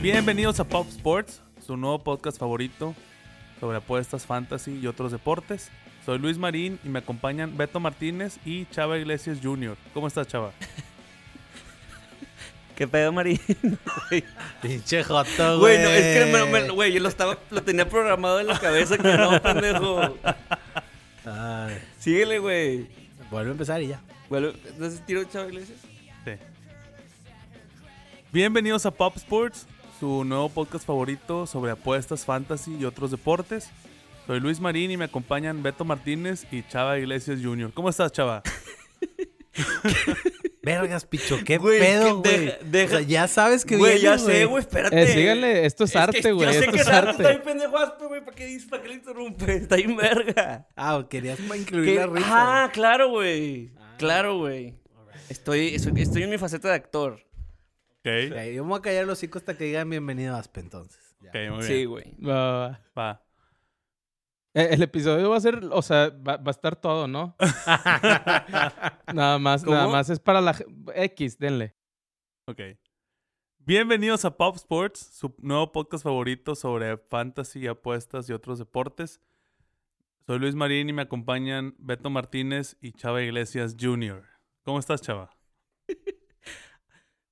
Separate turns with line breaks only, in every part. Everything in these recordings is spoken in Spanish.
Bienvenidos a Pop Sports, su nuevo podcast favorito sobre apuestas, fantasy y otros deportes. Soy Luis Marín y me acompañan Beto Martínez y Chava Iglesias Jr. ¿Cómo estás, Chava?
¿Qué pedo, Marín?
Pinche joto, güey.
Güey, no, es que me- me- güey, yo lo estaba, lo tenía programado en la cabeza que no, pendejo.
Ay,
Síguele, güey.
vuelve a empezar y ya.
Bueno, ¿no se tiro Chava Iglesias?
Sí. Bienvenidos a Pop Sports, su nuevo podcast favorito sobre apuestas, fantasy y otros deportes. Soy Luis Marín y me acompañan Beto Martínez y Chava Iglesias Jr. ¿Cómo estás, Chava?
Vergas, picho, qué
Güey,
pedo,
que
güey.
deja- deja-
O sea, ya sabes que
Güey, ya
vienes,
sé, güey, espérate.
Eh, síganle, esto es,
que
arte, güey.
Yo sé
Esto
que
es
Renato
arte.
está bien pendejo áspero, güey. ¿Para qué dices? ¿Para qué le interrumpe? Está bien verga.
Ah, querías para incluir
¿Qué?
la risa.
Ah, claro, güey.
Ah.
Claro, güey. Estoy, estoy, estoy en mi faceta de actor.
Ok.
Ok, yo me voy a callar los hocico hasta que digan bienvenido Aspe, entonces. Ya.
Ok, muy bien.
Sí, güey.
Va, va, va.
Va.
Eh, el episodio va a ser, o sea, va, va a estar todo, ¿no? nada más, nada
¿Cómo?
más. Es para la g- X, denle.
Ok. Bienvenidos a Pop Sports, su nuevo podcast favorito sobre fantasy, apuestas y otros deportes. Soy Luis Marín y me acompañan Beto Martínez y Chava Iglesias Jr. ¿Cómo estás, Chava?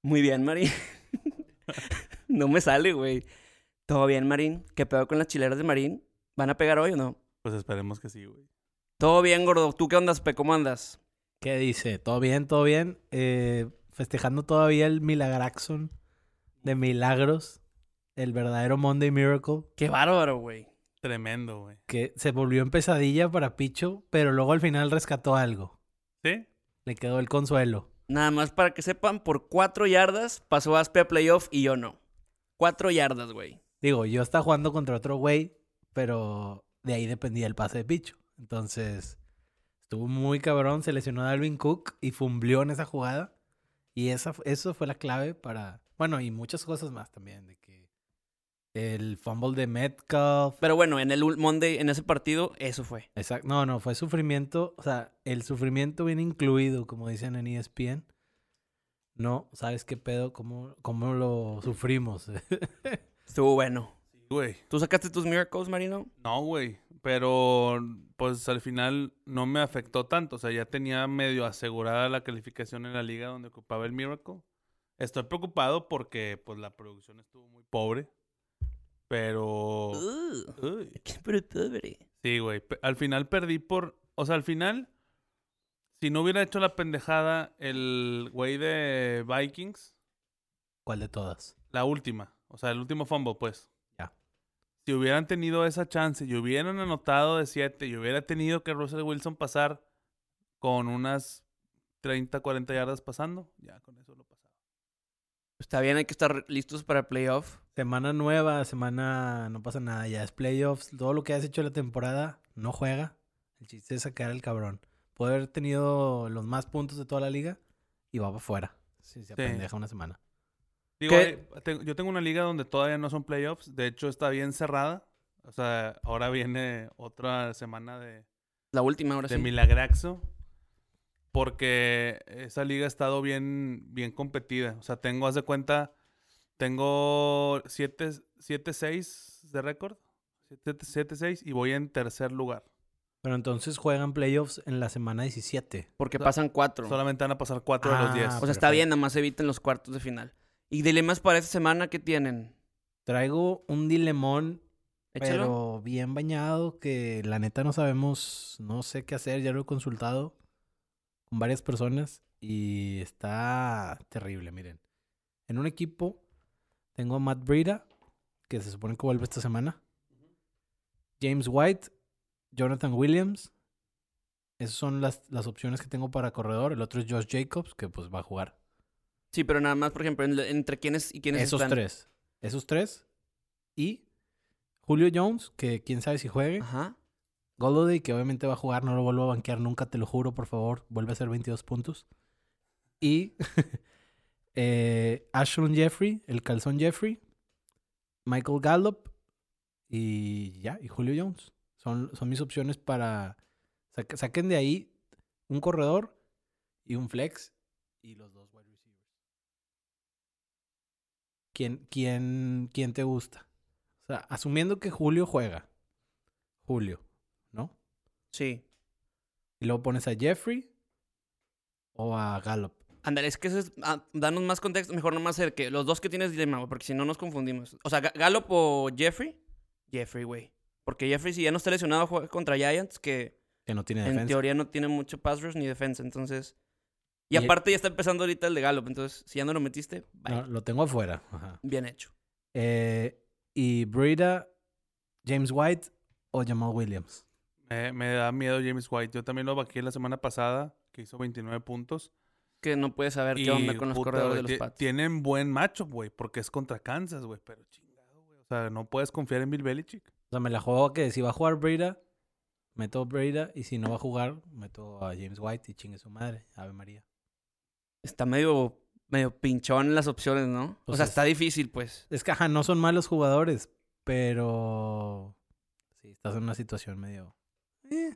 Muy bien, Marín. no me sale, güey. Todo bien, Marín. ¿Qué pedo con las chileras de Marín? ¿Van a pegar hoy o no?
Pues esperemos que sí, güey.
Todo bien, gordo. ¿Tú qué andas, Pe? ¿Cómo andas?
¿Qué dice? ¿Todo bien? ¿Todo bien? Eh, festejando todavía el Milagraxon de Milagros, el verdadero Monday Miracle,
Qué bárbaro, güey.
Tremendo, güey.
que se volvió en pesadilla para Picho, pero luego al final rescató algo.
¿Sí?
Le quedó el consuelo.
Nada más para que sepan, por cuatro yardas pasó Aspe a playoff y yo no. Cuatro yardas, güey.
Digo, yo estaba jugando contra otro güey, pero de ahí dependía el pase de Picho. Entonces, estuvo muy cabrón, se lesionó a Dalvin Cook y fumblió en esa jugada. Y esa, fu- eso fue la clave para... Bueno, y muchas cosas más también, de que el fumble de Metcalf...
Pero bueno, en el ul- Monday, en ese partido, eso fue.
Exacto. No, no, fue sufrimiento, o sea, el sufrimiento viene incluido, como dicen en E ESPN. No, ¿sabes qué pedo? ¿Cómo, cómo lo sufrimos?
Estuvo bueno.
Güey.
¿Tú sacaste tus miracles, Marino?
No, güey. Pero, pues al final no me afectó tanto. O sea, ya tenía medio asegurada la calificación en la liga donde ocupaba el Miracle. Estoy preocupado porque, pues, la producción estuvo muy pobre. Pero.
Ugh,
Uy.
qué brutal, güey.
Sí, güey. pe- Al final perdí por. O sea, al final, si no hubiera hecho la pendejada el güey de Vikings,
¿Cuál de todas?
la última. O sea, el último fumble, pues.
Ya.
Si hubieran tenido esa chance y hubieran anotado de 7 y hubiera tenido que Russell Wilson pasar con unas 30, 40 yardas pasando, ya con eso lo pasaba.
Está bien, hay que estar listos para el playoff.
Semana nueva, semana no pasa nada, ya es playoffs, todo lo que has hecho la temporada no juega. El chiste es sacar al cabrón. Puede haber tenido los más puntos de toda la liga y va para afuera. Si se apendeja una semana.
Digo,
¿Qué?
hay- te- yo tengo una liga donde todavía no son playoffs. De hecho, está bien cerrada. O sea, ahora viene otra semana de,
La última, ahora
de
¿Ah, sí.
Milagraxo. Porque esa liga ha estado bien, bien competida. O sea, tengo, haz de cuenta, tengo 7-6 de récord. 7-6 y voy en tercer lugar.
Pero entonces juegan playoffs en la semana 17.
Porque
So-
pasan cuatro.
Solamente van a pasar 4 de los
Ah,
10.
o sea, está
perfecto.
bien, nada más eviten los cuartos de final. ¿Y dilemas para esta semana qué tienen?
Traigo un dilemón,
Échalo.
pero bien bañado, que la neta no sabemos, no sé qué hacer. Ya lo he consultado con varias personas y está terrible, miren. En un equipo tengo a Matt Breda, que se supone que vuelve esta semana. James White, Jonathan Williams. Esas son las, las opciones que tengo para corredor. El otro es Josh Jacobs, que pues va a jugar.
Sí, pero nada más, por ejemplo, en- entre quiénes y quiénes
Esos
están.
tres. Esos tres. Y Julio Jones, que quién sabe si juegue.
Ajá.
Golladay, que obviamente va a jugar, no lo vuelvo a banquear nunca, te lo juro, por favor. Vuelve a hacer 22 puntos. Y eh, Ashton Jeffrey, el calzón Jeffrey, Michael Gallup y ya, y Julio Jones. Son, son mis opciones para... saque- saquen de ahí un corredor y un flex y los dos wide receivers. ¿quién, quién, quién te gusta? O sea, asumiendo que Julio juega. Julio, ¿no?
Sí.
Y luego pones a Jeffrey o a Gallup.
Ándale, es que eso es. ah, danos más contexto, mejor nomás el que los dos que tienes dilema, porque si no nos confundimos. O sea, Ga- Gallup o Jeffrey. Jeffrey, güey. Porque Jeffrey, si ya no está lesionado, juega contra Giants, que
Que no tiene
en
defensa.
teoría no tiene mucho pass rush ni defensa, entonces. Y
Y el-
aparte ya está empezando ahorita el de Gallup, entonces si ya no lo metiste, bye.
No, lo tengo afuera. Ajá.
Bien hecho.
Eh, y Breda, James White o Jamal Williams.
Me, me da miedo James White. Yo también lo vaqué la semana pasada, que hizo 29 puntos.
Que no puedes saber qué onda con los
puta, güey,
corredores de los
ti-
Pats.
Tienen buen macho, güey, porque es contra Kansas, güey. Pero chingado, güey. O sea, no puedes confiar en Bill Belichick.
O sea, me la juego que si va a jugar Breda, meto a Breda. Y si no va a jugar, meto a James White y chingue su madre. Ave María.
Está medio, medio pinchón las opciones, ¿no? o
Pues
sea,
es-
está difícil, pues.
Es que, ajá, no son malos jugadores, pero... Sí, estás en una situación medio... eh.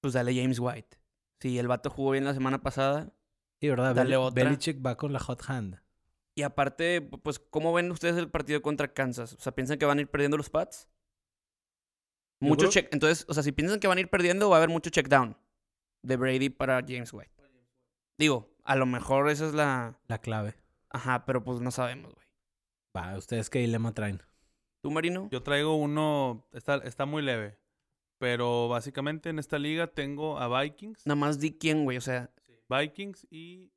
Pues dale James White. Sí, el vato jugó bien la semana pasada.
Y verdad,
Dale
Bel-
otra.
Belichick va con la hot hand.
Y aparte, pu- pues, ¿cómo ven ustedes el partido contra Kansas? O sea, ¿piensan que van a ir perdiendo los Pats?
Yo
Mucho
creo-
check. Entonces, o sea, si piensan que van a ir perdiendo, va a haber mucho check down de Brady para James White. Digo, a lo mejor esa es la.
La clave.
Ajá, pero pues no sabemos, güey.
Va, ¿ustedes qué dilema traen?
¿Tú, Marino?
Yo traigo uno, está, está muy leve. Pero básicamente en esta liga tengo a Vikings,
Nada más di quién, güey. O sea,
Vikings y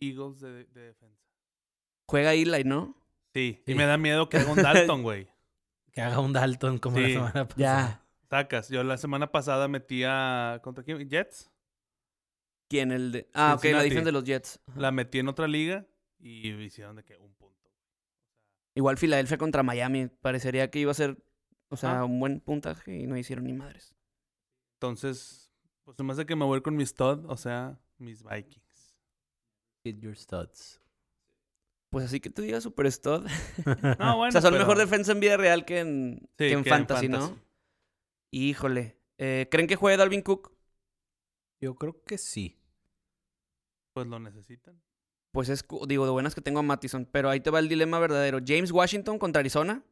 Eagles de, de defensa.
juega Eli, ¿no?
Sí, y
Sí.
me da miedo que haga un Dalton, güey.
Que haga un Dalton como la
Sí.
semana pasada.
Sacas. Yo la semana pasada metí a... ¿Contra quién? ¿Jets?
¿Quién? El de. Ah, ok, la
Cincinnati.
defensa de los Jets. Ajá.
La metí en otra liga y hicieron de que un punto.
Igual Filadelfia contra Miami. Parecería que iba a ser, o sea,
Ah.
un buen puntaje y no hicieron ni madres.
Entonces, pues se me hace que me voy a ir con mis Todd, o sea, mis Vikings.
Get your studs.
Pues así que tú digas Super Stud.
No, bueno.
o sea, son
pero-
mejor defensa en vida real que en,
Sí,
que en fantasy, ¿no? Híjole. Eh, ¿Creen que juegue Dalvin Cook?
Yo creo que sí.
Pues lo necesitan.
Pues es, cu- digo, de buenas que tengo a Mattison. Pero ahí te va el dilema verdadero. James Washington contra Arizona.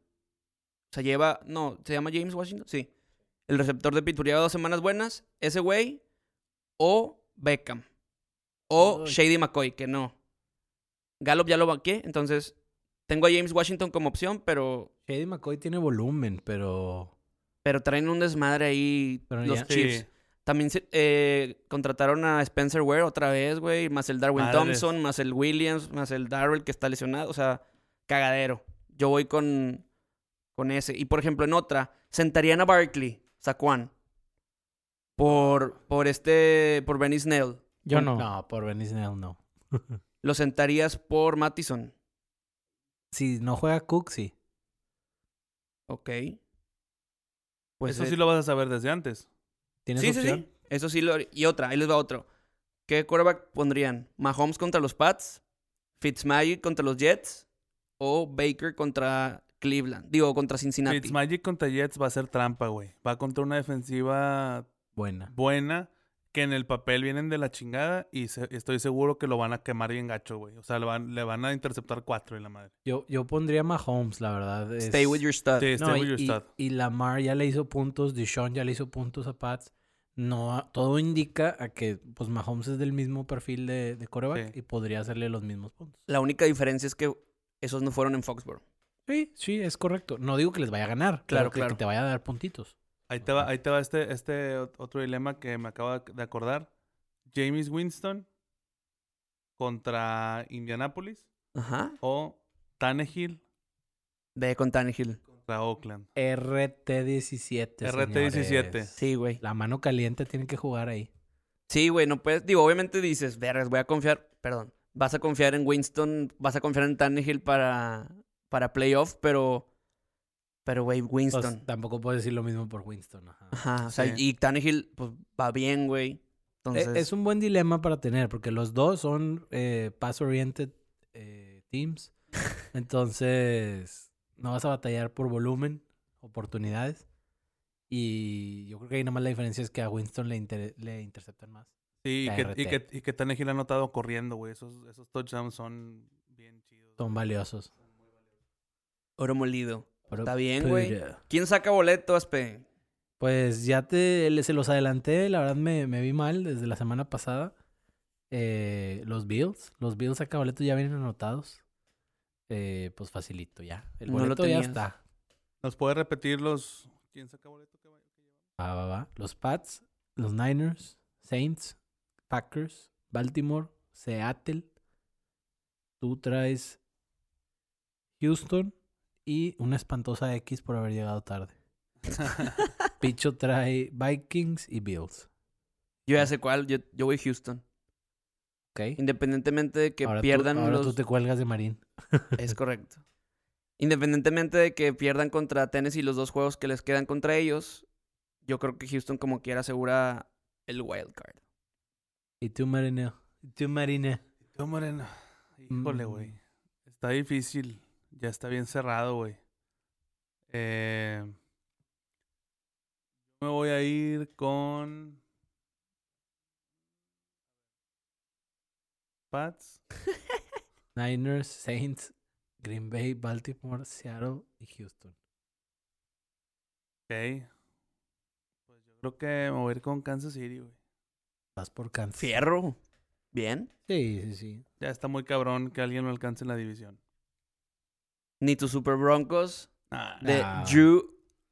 O sea, lleva. No, ¿se llama James Washington? Sí. El receptor de Pittsburgh lleva dos semanas buenas. Ese güey. O Beckham. O
Ay.
Shady McCoy, que no. Gallup ya lo banqué. Entonces, tengo a James Washington como opción, pero.
Shady McCoy tiene volumen, pero...
Pero traen un desmadre ahí
Pero
los
ya-
Chiefs.
Sí.
También se- eh, contrataron a Spencer Ware otra vez, güey. Más el Darwin
Madres.
Thompson, más el Williams, más el Darrell que está lesionado. O sea, cagadero. Yo voy con, con ese. Y por ejemplo, en otra, sentarían a Barkley, Saquon. Por, por este, por Benny Snell.
Yo no.
No, por Benny Snell no.
Lo sentarías por Mattison.
Si no juega Cook, sí.
Ok. Pues
Eso
eh,
sí lo vas a saber desde antes.
¿Tienes
Sí, sí,
opción?
sí. Eso sí lo... Y otra, ahí les va otro. ¿Qué quarterback pondrían? ¿Mahomes contra los Pats? ¿Fitzmagic contra los Jets? ¿O Baker contra Cleveland? Digo, contra Cincinnati.
Fitzmagic contra Jets va a ser trampa, güey. Va contra una defensiva
Buena.
buena que en el papel vienen de la chingada y se- estoy seguro que lo van a quemar bien gacho, güey. O sea, le van, le van a interceptar cuatro y la madre.
Yo, yo pondría Mahomes, la verdad. es-
Stay with your stud.
Sí,
No,
stay
y,
with your
y-
stud.
y Lamar ya le hizo puntos, Deshaun ya le hizo puntos a Pats. No, todo indica a que pues Mahomes es del mismo perfil de, de coreback
Sí.
y podría hacerle los mismos puntos.
La única diferencia es que esos no fueron en Foxborough.
Sí, sí, es correcto. No digo que les vaya a ganar,
Claro,
claro, que,
claro.
que te vaya a dar puntitos.
Ahí te va, ahí te va este, este ot- otro dilema que me acabo de acordar. James Winston contra Indianapolis
Ajá.
o Tannehill
De con Tannehill.
contra Oakland.
RT17.
RT17.
señores.
Sí, güey.
La mano caliente tiene que jugar ahí.
Sí, güey, no puedes... Digo, obviamente dices, vergas, voy a confiar... Perdón. Vas a confiar en Winston, vas a confiar en Tannehill para, para playoff, pero... Pero, güey,
Pues,
Winston.
tampoco puedo decir lo mismo por Winston. ajá.
Ajá, o sea,
Sí.
y Tannehill, pues, va bien, güey.
E-
Entonces,
Es un buen dilema para tener, porque los dos son eh, pass-oriented eh, teams. Entonces, no vas a batallar por volumen, oportunidades. Y yo creo que ahí nomás la diferencia es que a Winston le, inter- le interceptan más.
Sí, y
La
que, y
RT.
que, y que Tannehill ha anotado corriendo, güey. Esos, esos touchdowns son bien chidos.
Son valiosos.
Oro molido.
Pero-
Está bien, güey.
pero-
¿Quién saca boleto, Aspe?
Pues ya te le- se los adelanté, la verdad me, me vi mal desde la semana pasada. Eh, los Bills, los Bills acá boletos ya vienen anotados. Eh, pues facilito ya. El
No lo
boleto ya
tenías.
está.
¿Nos puede repetir los. ¿Quién saca boleto que vaya?
Va, va, va. Los Pats, los Niners, Saints, Packers, Baltimore, Seattle. Tú traes Houston y una espantosa X por haber llegado tarde. Picho trae Vikings y Bills.
Yo ya sé cuál. Yo, yo voy Houston.
¿Ok?
Independientemente de que
Ahora tú-
pierdan
ahora
los...
tú te cuelgas de Marín.
Es correcto. Independientemente de que pierdan contra Tennessee los dos juegos que les quedan contra ellos, yo creo que Houston como quiera asegura el wild card.
Y tú, Marina. Y tú, Marina.
Yo, Moreno. Híjole,
Mm.
güey. Está difícil. Ya está bien cerrado, güey. Eh, me voy a ir con. Pats.
Niners, Saints, Green Bay, Baltimore, Seattle y Houston.
Ok. Pues yo creo que me voy a ir con Kansas City, güey.
Vas por Kansas.
Fierro. Bien.
Sí, sí, sí.
Ya está muy cabrón que alguien lo alcance en la división.
Ni tus Super Broncos
Nah,
de
Ah.
Drew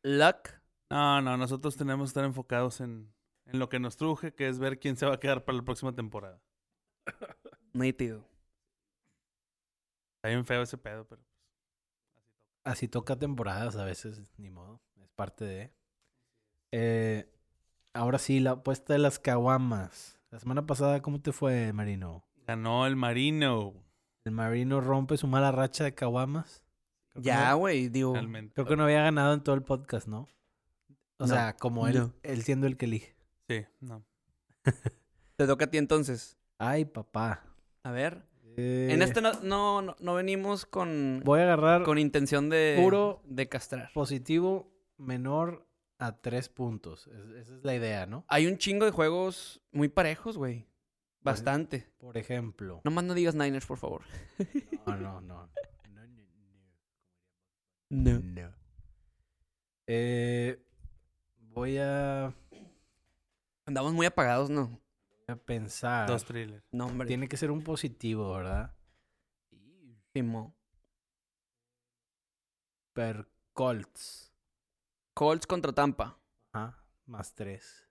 Luck.
No, no, nosotros tenemos que estar enfocados en, en lo que nos truje, que es ver quién se va a quedar para la próxima temporada.
Nítido.
Está bien feo ese pedo, pero
Así toca temporadas a veces, ni modo. Es parte de. Eh, ahora sí, la apuesta de las caguamas. La semana pasada, ¿cómo te fue, Marino?
ganó el Marino.
El Marino rompe su mala racha de caguamas. Creo que
Ya,
no-
güey, digo.
Realmente.
creo que no había ganado en todo el podcast, ¿no? O
No,
sea, como él,
no.
él siendo el que elige.
Sí, no.
Te toca a ti entonces.
Ay, papá.
A ver.
Eh,
En este no, no, no- no venimos con,
Voy a agarrar
con intención de,
Puro-
de castrar.
positivo menor a tres puntos. Es- esa es la idea, ¿no?
Hay un chingo de juegos muy parejos, güey. Bastante.
Por ejemplo.
Nomás no digas Niners, por favor.
No, no, no. No,
No.
no, no. Eh, voy a,
Andamos muy apagados, ¿no?
a pensar.
Dos thrillers.
No, hombre.
Tiene que ser un positivo, ¿verdad?
Simón.
Per Colts.
Colts contra Tampa.
Ajá, más tres.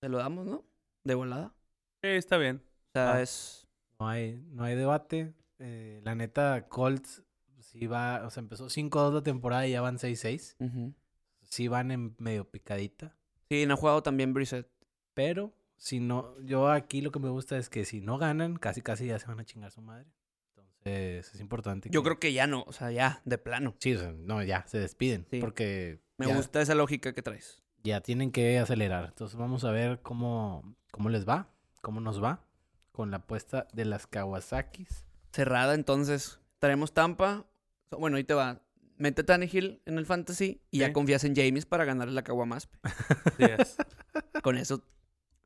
Te lo damos, ¿no? De volada.
Sí, está bien.
O sea,
Ah.
es...
No hay, no hay debate. Eh, la neta, Colts sí va, o sea, empezó 5-2 la temporada y ya van 6-6.
ujú.
Sí van en medio picadita.
Sí, no ha jugado también Brissett.
Pero si no, yo aquí lo que me gusta es que si no ganan, casi casi ya se van a chingar su madre. Entonces es importante.
Yo creo que ya no. O sea, ya, de plano.
Sí, o sea, no, ya, se despiden.
Sí.
Porque
Me
ya,
gusta esa lógica que traes.
ya tienen que acelerar. Entonces vamos a ver cómo, cómo les va, cómo nos va con la apuesta de las Kawasakis.
Cerrada, entonces. Traemos Tampa. So- Bueno, ahí te va. Mete Tannehill en el Fantasy y ya
Sí.
confías en James para ganar la Caguamasp.
Así es.
Con eso,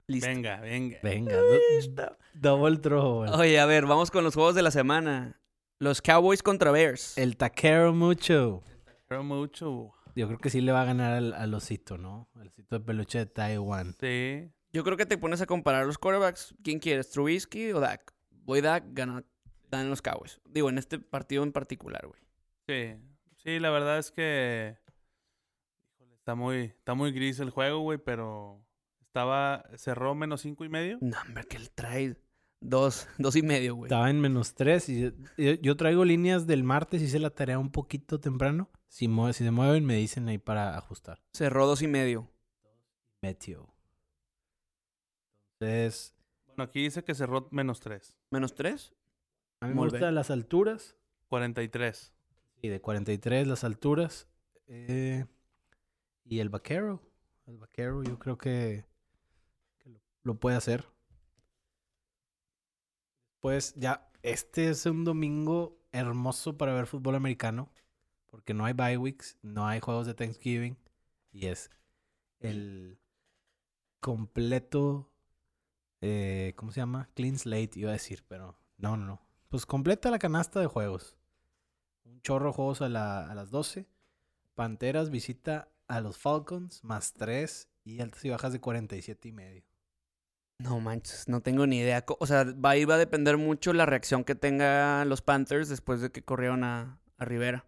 listo.
venga, venga.
Venga, do- double throw. güey.
Oye, a ver, vamos con los juegos de la semana. Los Cowboys contra Bears.
El taquero mucho.
Quiero mucho.
Yo creo que sí le va a ganar al, al osito, ¿no? Al osito de peluche de Taiwán.
Sí.
Yo creo que te pones a comparar los quarterbacks. ¿Quién quieres, Trubisky o Dak? Voy Dak, gana, dan los Cowboys. Digo, en este partido en particular, güey.
Sí. Sí, la verdad es que. Híjole, está muy, está muy gris el juego, güey, pero. Estaba. Cerró menos cinco y medio.
No, hombre, que el trade. Dos, dos y medio, güey.
Estaba en menos 3 y yo, yo traigo líneas del martes, hice la tarea un poquito temprano. Si, mue- si se mueven me dicen ahí para ajustar.
Cerró dos y medio.
Meteo. Entonces,
Bueno, aquí dice que cerró menos tres.
Menos tres.
a mí me
Muy
gustan
bien.
las alturas.
43.
Y de 43 las alturas. eh, y el vaquero. El vaquero yo creo que, que lo, lo puede hacer. Pues ya, este es un domingo hermoso para ver fútbol americano. Porque no hay bye weeks, no hay juegos de Thanksgiving. Y es el completo... eh, ¿Cómo se llama? Clean slate, iba a decir, pero no, no, no. Pues completa la canasta de juegos. Un chorro de juegos a, la- a las 12. Panteras visita a los Falcons, más 3 y altas y bajas de 47 y medio.
No manches, no tengo ni idea. Co- O sea, va, ahí va a depender mucho la reacción que tengan los Panthers después de que corrieron a, a Rivera.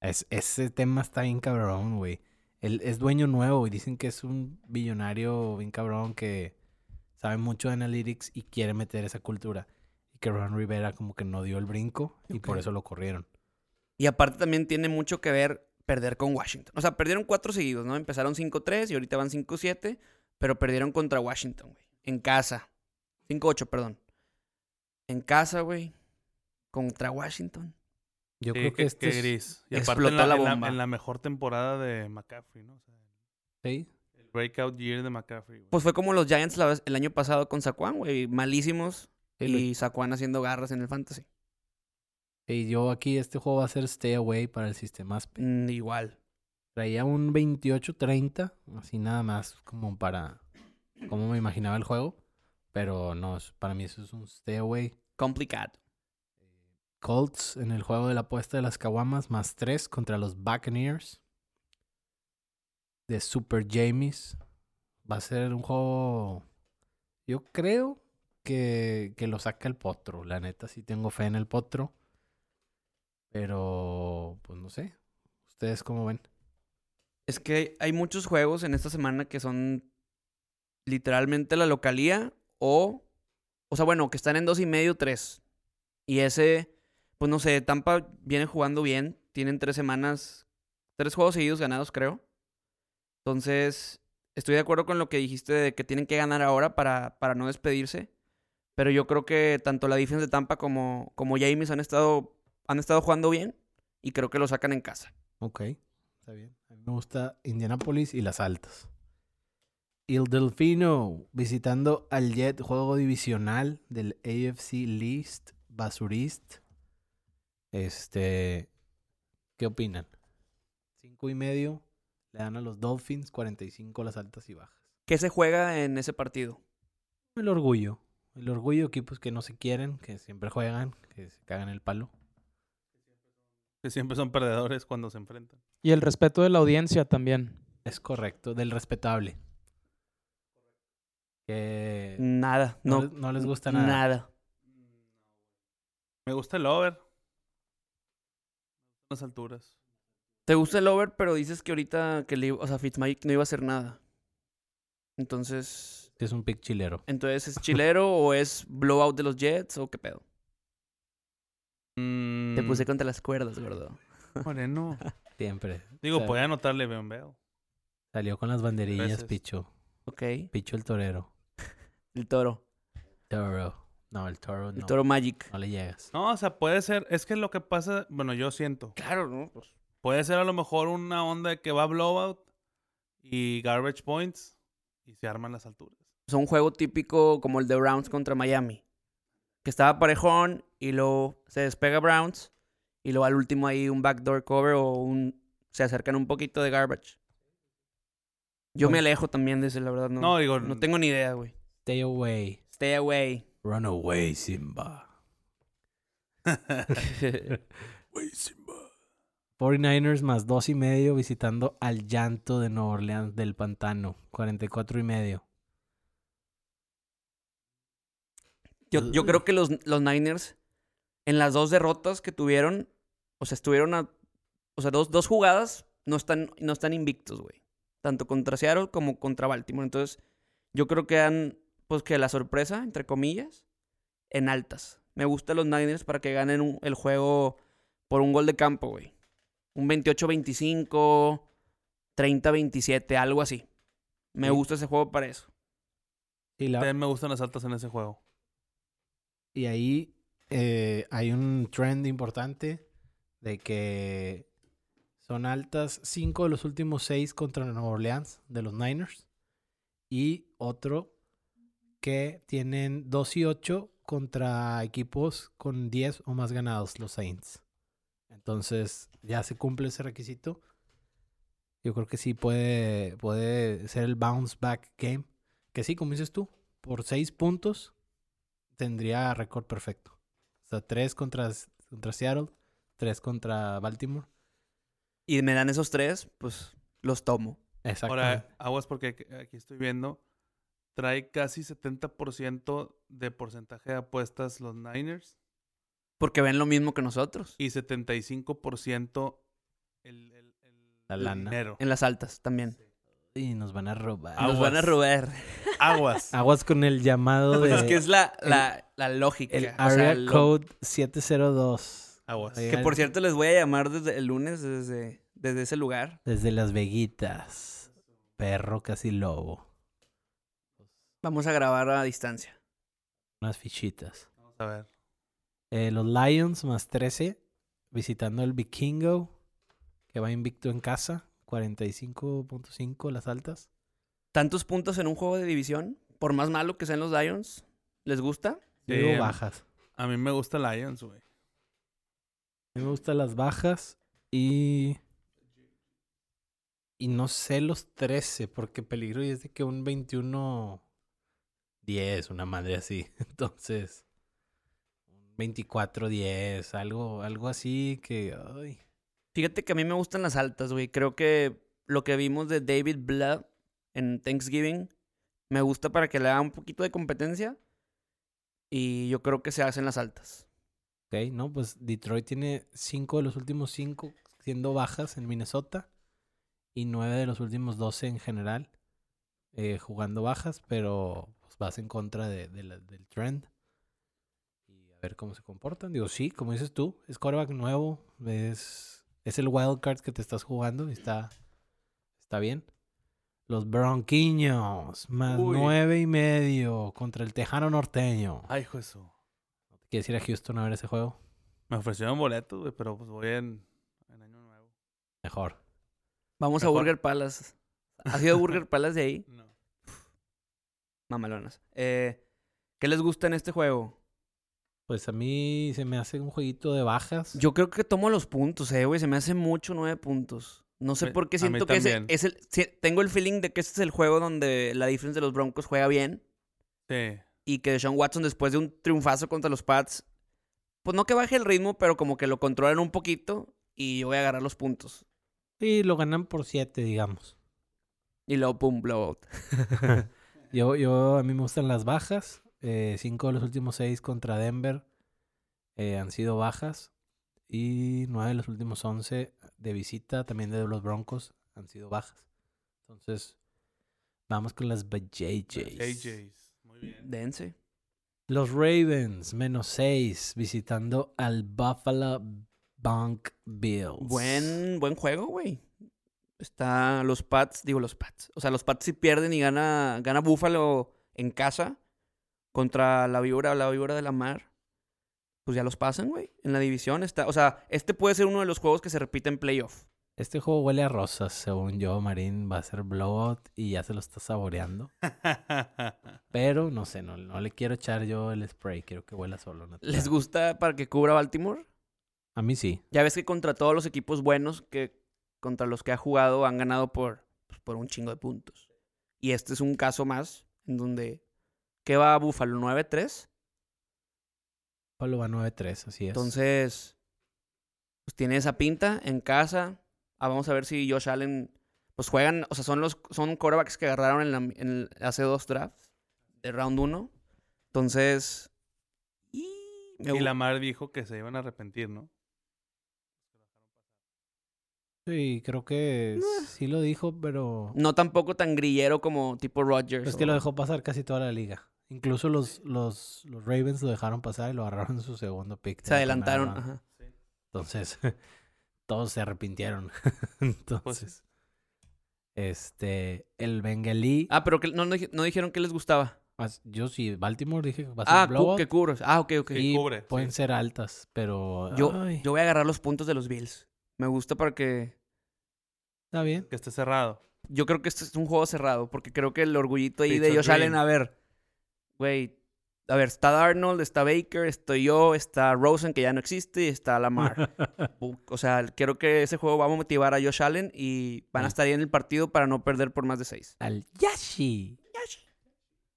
Es- ese tema está bien cabrón, güey. Él es dueño nuevo y dicen que es un billonario bien cabrón que sabe mucho de analytics y quiere meter esa cultura. Y que Ron Rivera como que no dio el brinco y por
Ok.
eso lo corrieron.
Y aparte también tiene mucho que ver perder con Washington. O sea, perdieron cuatro seguidos, ¿no? Empezaron 5-3 y ahorita van 5-7, pero perdieron contra Washington, güey. En casa. 5-8, perdón. En casa, güey. Contra Washington.
Yo
Sí,
creo que,
qué-
este
qué
es-
Eh, gris. Y
explotó
aparte en la,
la
en la-
bomba.
en la mejor temporada de McCaffrey, ¿no? O sea,
sí,
el breakout year de McCaffrey. güey.
Pues fue como los Giants la vez- el año pasado con Saquon, güey. Malísimos.
sí, lo-
y Saquon haciendo garras en el fantasy.
sí, yo aquí este juego va a ser stay away para el sistema ASPE.
Mm, igual.
Traía un 28-30, así nada más como para como me imaginaba el juego. Pero no, es- para mí eso es un stay away.
Complicado.
Colts en el juego de la apuesta de las Caguamas, más 3 contra los Buccaneers. De Super Jamies. Va a ser un juego. Yo creo que, que lo saca el potro. La neta, sí tengo fe en el potro. Pero, pues no sé. ¿Ustedes cómo ven?
Es que hay muchos juegos en esta semana que son literalmente la localía o, o sea, bueno, que están en dos y medio, tres. Y ese, pues no sé, Tampa viene jugando bien. Tienen tres semanas, tres juegos seguidos ganados, creo. Entonces, estoy de acuerdo con lo que dijiste de que tienen que ganar ahora para, para no despedirse. Pero yo creo que tanto la defensa de Tampa como, como James han estado, han estado jugando bien y creo que lo sacan en casa.
Ok, está bien. A mí me gusta Indianapolis y las altas. El Delfino visitando al Jet, juego divisional del AFC List, Basurist. Este, ¿qué opinan? Cinco y medio le dan a los Dolphins, 45 las altas y bajas.
¿Qué se juega en ese partido?
El orgullo, el orgullo, equipos que no se quieren, que siempre juegan, que se cagan el palo.
Que siempre son perdedores cuando se enfrentan.
Y el respeto de la audiencia también.
Es correcto, del respetable. Que
Nada.
no,
No,
les- no les gusta nada.
Me gusta el over. Las alturas.
Te gusta el over, pero dices que ahorita que le, o sea, Fitzmagic no iba a hacer nada. Entonces,
Es un pick chilero.
entonces es chilero o es blowout de los Jets o qué pedo. Te puse
Mm.
contra las cuerdas, gordo.
Mm. Moreno.
Siempre.
Digo,
Sa-
podía anotarle bien veo.
Salió con las banderillas,
Veces.
Picho.
Ok.
Picho el torero.
El toro.
Toro. No, el toro no.
El toro Magic.
No le llegas.
No, o sea, puede ser. Es que lo que pasa, bueno, yo siento.
Claro, ¿no? Pues,
Puede ser a lo mejor una onda de que va blowout y garbage points y se arman las alturas.
es un juego típico como el de Browns contra Miami. Que estaba parejón y luego se despega Browns y luego al último hay un backdoor cover o un... Se acercan un poquito de garbage. Yo me
Bueno.
alejo también de ese, la verdad. No,
No, digo,
No tengo ni idea, güey.
Stay away.
Stay away.
Run away, Simba.
Güey, Simba.
49ers más dos y medio visitando al llanto de Nueva Orleans del pantano. 44 y medio.
Yo, yo creo que los, los Niners, en las dos derrotas que tuvieron, o sea, estuvieron a. O sea, dos, dos jugadas no están, no están invictos, güey. Tanto contra Seattle como contra Baltimore. Entonces, yo creo que dan, pues que la sorpresa, entre comillas, en altas. Me gustan los Niners para que ganen un- el juego por un gol de campo, güey. Un 28-25, 30-27, algo así. Me
Sí.
gusta ese juego para eso.
Y, la-
También me gustan las altas en ese juego.
y ahí eh, hay un trend importante de que son altas cinco de los últimos seis contra Nueva Orleans de los Niners. Y otro que tienen 2 y 8 contra equipos con 10 o más ganados, los Saints. Entonces ya se cumple ese requisito. Yo creo que sí puede, puede ser el bounce back game. Que sí, como dices tú, por 6 puntos tendría récord perfecto. O sea, tres contra, contra Seattle, tres contra Baltimore.
Y me dan esos tres, pues los tomo.
Exacto.
Ahora, aguas porque aquí- aquí estoy viendo. Trae casi 70% de porcentaje de apuestas los Niners
Porque ven lo mismo que nosotros.
y 75% el, el, el
La lana.
dinero.
En las altas también.
y nos van a robar.
Nos van a
Aguas.
robar.
Aguas.
Aguas con el llamado de
Pues es que es la, la, la lógica.
el
o sea,
Area
lo-
Code 702.
Aguas.
Oye.
Que por cierto les voy a llamar desde el lunes desde, desde ese lugar.
Desde Las Veguitas. Perro casi lobo.
Vamos a grabar a distancia.
Unas fichitas.
Vamos a ver.
Eh, los Lions más 13. Visitando el Vikingo. Que va invicto en casa. 45.5 las altas.
Tantos puntos en un juego de división, por más malo que sean los Lions, ¿les gusta?
Yo
Sí,
digo
em.
bajas.
A mí me gusta Lions, güey.
A mí me gustan las bajas y. Y no sé los 13, porque peligro y es de que un 21. 10, una madre así. Entonces. Un 24, 10, algo, algo así que. Ay.
Fíjate que a mí me gustan las altas, güey. Creo que lo que vimos de David Blood en Thanksgiving me gusta para que le haga un poquito de competencia. Y yo creo que se hacen las altas.
Ok, no, pues Detroit tiene 5 de los últimos 5 siendo bajas en Minnesota y 9 de los últimos 12 en general eh, jugando bajas, pero pues, vas en contra de- de la- del trend. Y a ver cómo se comportan. Digo, sí, como dices tú, es quarterback nuevo, es, es el wild card que te estás jugando y está, está bien. Los Bronquiños, más
Uy.
nueve y medio contra el Tejano Norteño.
Ay, hijo de su-
¿Quieres ir a Houston a ver ese juego?
Me ofrecieron boletos, güey, pero pues voy en, en año nuevo.
Mejor.
Vamos a
Mejor.
Burger Palace. ¿Has ido a Burger Palace de ahí?
No.
Mamalonas. Eh, ¿Qué les gusta en este juego?
Pues a mí se me hace un jueguito de bajas.
Yo creo que tomo los puntos, eh, güey. Se me hace mucho nueve puntos. No sé
Me-
por
a
qué
mí
siento que ese
también.
es el. si- tengo el feeling de que este es el juego donde la defensa de los Broncos juega bien
Sí.
y que Sean Watson, después de un triunfazo contra los Pats, pues no que baje el ritmo, pero como que lo controlan un poquito y yo voy a agarrar los puntos.
Sí, lo ganan por siete, digamos.
Y luego, pum, blowout.
Yo, yo, a mí me gustan las bajas. Eh, cinco de los últimos seis contra Denver eh, han sido bajas. Y nueve de los últimos once de visita, también de los Broncos, han sido bajas. Entonces, vamos con las JJs.
AJs. Muy bien.
Dense.
Los Ravens, menos seis, visitando al Buffalo Bank Bills.
Buen, buen juego, güey. Está los Pats, digo los Pats. O sea, los Pats si pierden y gana, gana Buffalo en casa contra la víbora, la víbora de la mar. Pues ya los pasan, güey. En la división está. O sea, este puede ser uno de los juegos que se repite en playoff.
Este juego huele a rosas, según yo, Marín. Va a ser blowout y ya se lo está saboreando. Pero no sé, no, no le quiero echar yo el spray. Quiero que huela solo. natural.
¿Les gusta para que cubra Baltimore?
A mí sí.
Ya ves que contra todos los equipos buenos que contra los que ha jugado han ganado por, pues, por un chingo de puntos. Y este es un caso más en donde. ¿Qué va a Buffalo? ¿9-3?
Pablo va 9-3, así es.
Entonces, pues tiene esa pinta en casa. Ah, vamos a ver si Josh Allen, pues juegan, o sea, son los son quarterbacks que agarraron en la- en el- hace dos drafts de round 1. Entonces, y me
Y
gu-
la mar dijo que se iban a arrepentir, ¿no?
Sí, creo que
Nah.
sí lo dijo, pero.
no tampoco tan grillero como tipo Rodgers.
Es que lo
o-
dejó pasar casi toda la liga. Incluso los, los, los Ravens lo dejaron pasar y lo agarraron en su segundo pick. de
se
la primera
adelantaron.
ronda.
ajá.
Entonces, todos se arrepintieron.
Pues sí.
Entonces, este. El bengalí.
Ah, pero que, no, no dij- no dijeron que les gustaba.
As- Yo sí, Baltimore dije que va a ser
Ah, cu-
blowout.
que cubros. Ah, ok, ok.
Que
y
cubre,
pueden
sí.
ser altas, pero
Yo,
ay,
yo voy a agarrar los puntos de los Bills. Me gusta porque
está bien.
Que esté cerrado.
Yo creo que este es un juego cerrado, porque creo que el orgullito ahí de
Picture
Josh Allen,
Dream.
a ver, güey, a ver, está Darnold, está Baker, estoy yo, está Rosen, que ya no existe, y está Lamar. Bu- o sea, creo que ese juego va a motivar a Josh Allen y van a
Mm.
estar ahí en el partido para no perder por más de seis.
Al Yashi.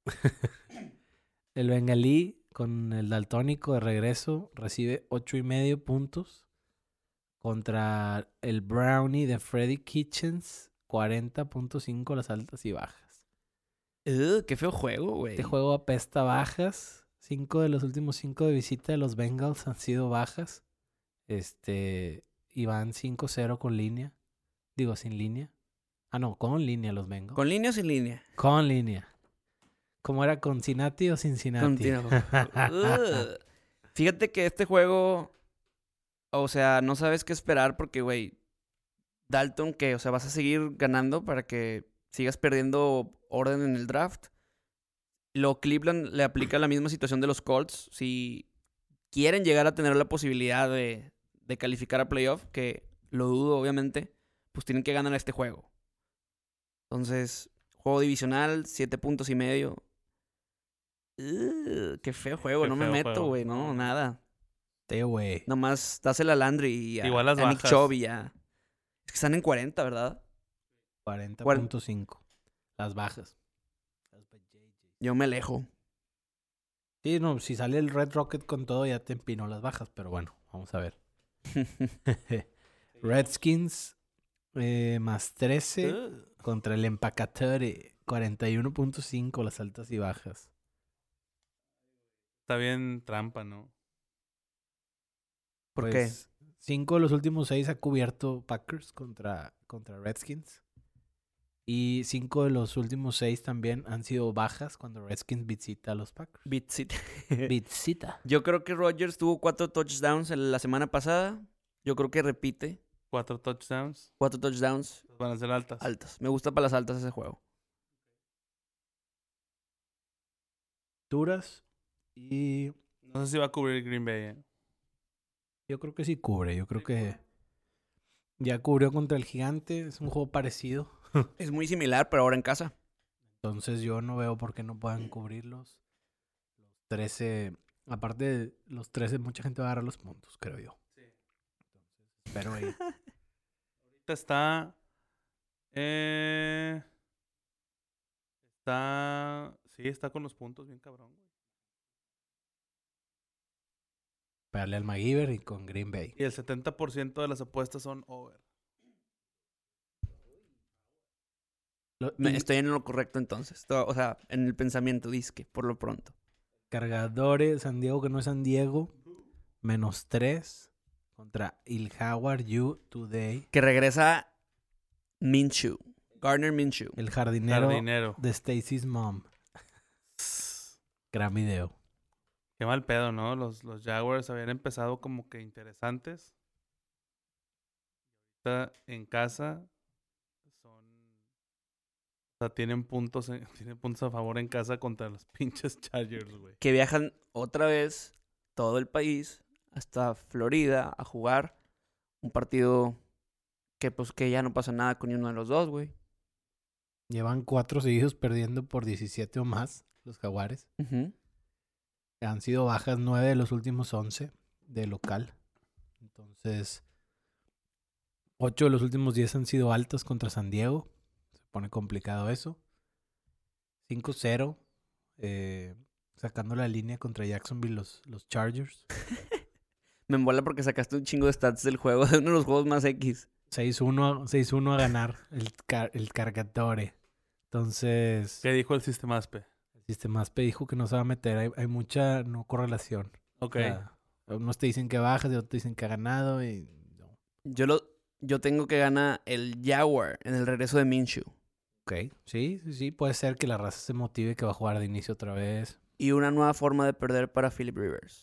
El bengalí con el daltónico de regreso recibe ocho y medio puntos contra el brownie de Freddy Kitchens 40.5 las altas y bajas.
Ugh, qué feo juego, güey.
Este juego apesta bajas. Cinco de los últimos cinco de visita de los Bengals han sido bajas. Este, y van 5-0 con línea. Digo, sin línea. Ah, no, con línea los Bengals.
¿Con línea o sin línea?
Con línea. ¿Cómo era Cincinnati o
Con
Cincinnati?
tiro. Ugh. Fíjate que este juego, o sea, no sabes qué esperar porque, güey, Dalton, que, o sea, vas a seguir ganando para que sigas perdiendo orden en el draft. Lo Cleveland le aplica la misma situación de los Colts. Si quieren llegar a tener la posibilidad de, de calificar a playoff, que lo dudo, obviamente, pues tienen que ganar este juego. Entonces, juego divisional, siete puntos y medio. Ugh, qué feo juego,
Qué
no me
feo
meto,
juego.
güey, no, nada.
Te, güey.
Nomás dásela a Landry y a,
Igual las
a Nick
bajas.
Chubb y ya. Es que están en 40, ¿verdad?
40.5. Las bajas.
Yo me alejo.
Sí, no, si sale el Red Rocket con todo ya te empinó las bajas, pero bueno, vamos a ver. Redskins eh, más
Ah.
13
Ugh.
contra el Empacatore 41.5 las altas y bajas.
Está bien trampa, ¿no?
¿Por
Pues, Cinco de los últimos seis ha cubierto Packers contra, contra Redskins. Y cinco de los últimos seis también han sido bajas cuando Redskins visita a los
qué?
Packers.
Beat City.
Eh. Visita.
Yo creo que Rodgers tuvo cuatro touchdowns en la semana pasada. Yo creo que repite.
Cuatro touchdowns.
Cuatro touchdowns
Van a ser altas.
altas. Me gusta para las altas ese juego.
Duras. Y
No sé si va a cubrir Green Bay. ¿eh?
yo creo que sí cubre. Yo creo que ya cubrió contra el gigante. Es un juego parecido.
Es muy similar, pero ahora en casa.
Entonces yo no veo por qué no puedan cubrirlos. Los 13. Aparte de los 13, mucha gente va a agarrar los puntos, creo yo. Pero ahí.
Ahorita está. eh, está. Sí, está con los puntos, bien cabrón. güey.
pegarle al McGiver y con Green Bay.
Y el 70% de las apuestas son over.
Lo-
Me-
y
Estoy en lo correcto entonces. To- O sea, en el pensamiento disque, por lo pronto.
Cargadores, San Diego que no es San Diego. Menos 3 contra Il Howard You Today.
Que regresa Minshew. Gardner Minshew.
El jardinero
Jardinero.
de Stacy's Mom. Gran video.
Qué mal pedo, ¿no? Los, los Jaguars habían empezado como que interesantes. Ahorita en casa son. O sea, tienen puntos, en- tienen puntos a favor en casa contra los pinches Chargers, güey.
que viajan otra vez todo el país hasta Florida a jugar un partido que pues que ya no pasa nada con uno de los dos, güey.
Llevan 4 seguidos perdiendo por 17 o más los Jaguares.
Ujú.
Han sido bajas 9 de los últimos 11 de local. Entonces, 8 de los últimos 10 han sido altas contra San Diego. Se pone complicado eso. 5-0, eh, sacando la línea contra Jacksonville los, los Chargers.
Me embola porque sacaste un chingo de stats del juego, de uno de los juegos más X.
6-1 a- 6-1 a ganar el, car- el cargatore. Entonces,
¿Qué dijo el sistema ASPE?
el sistema ASPE dijo que no se va a meter. Hay, hay mucha no correlación.
Ok.
O sea, unos te dicen que bajas y otros te dicen que ha ganado y... no.
Yo lo yo tengo que ganar el Jaguar en el regreso de Minshew
Ok, sí, sí, sí, puede ser que la raza se motive que va a jugar de inicio otra vez.
y una nueva forma de perder para Philip Rivers.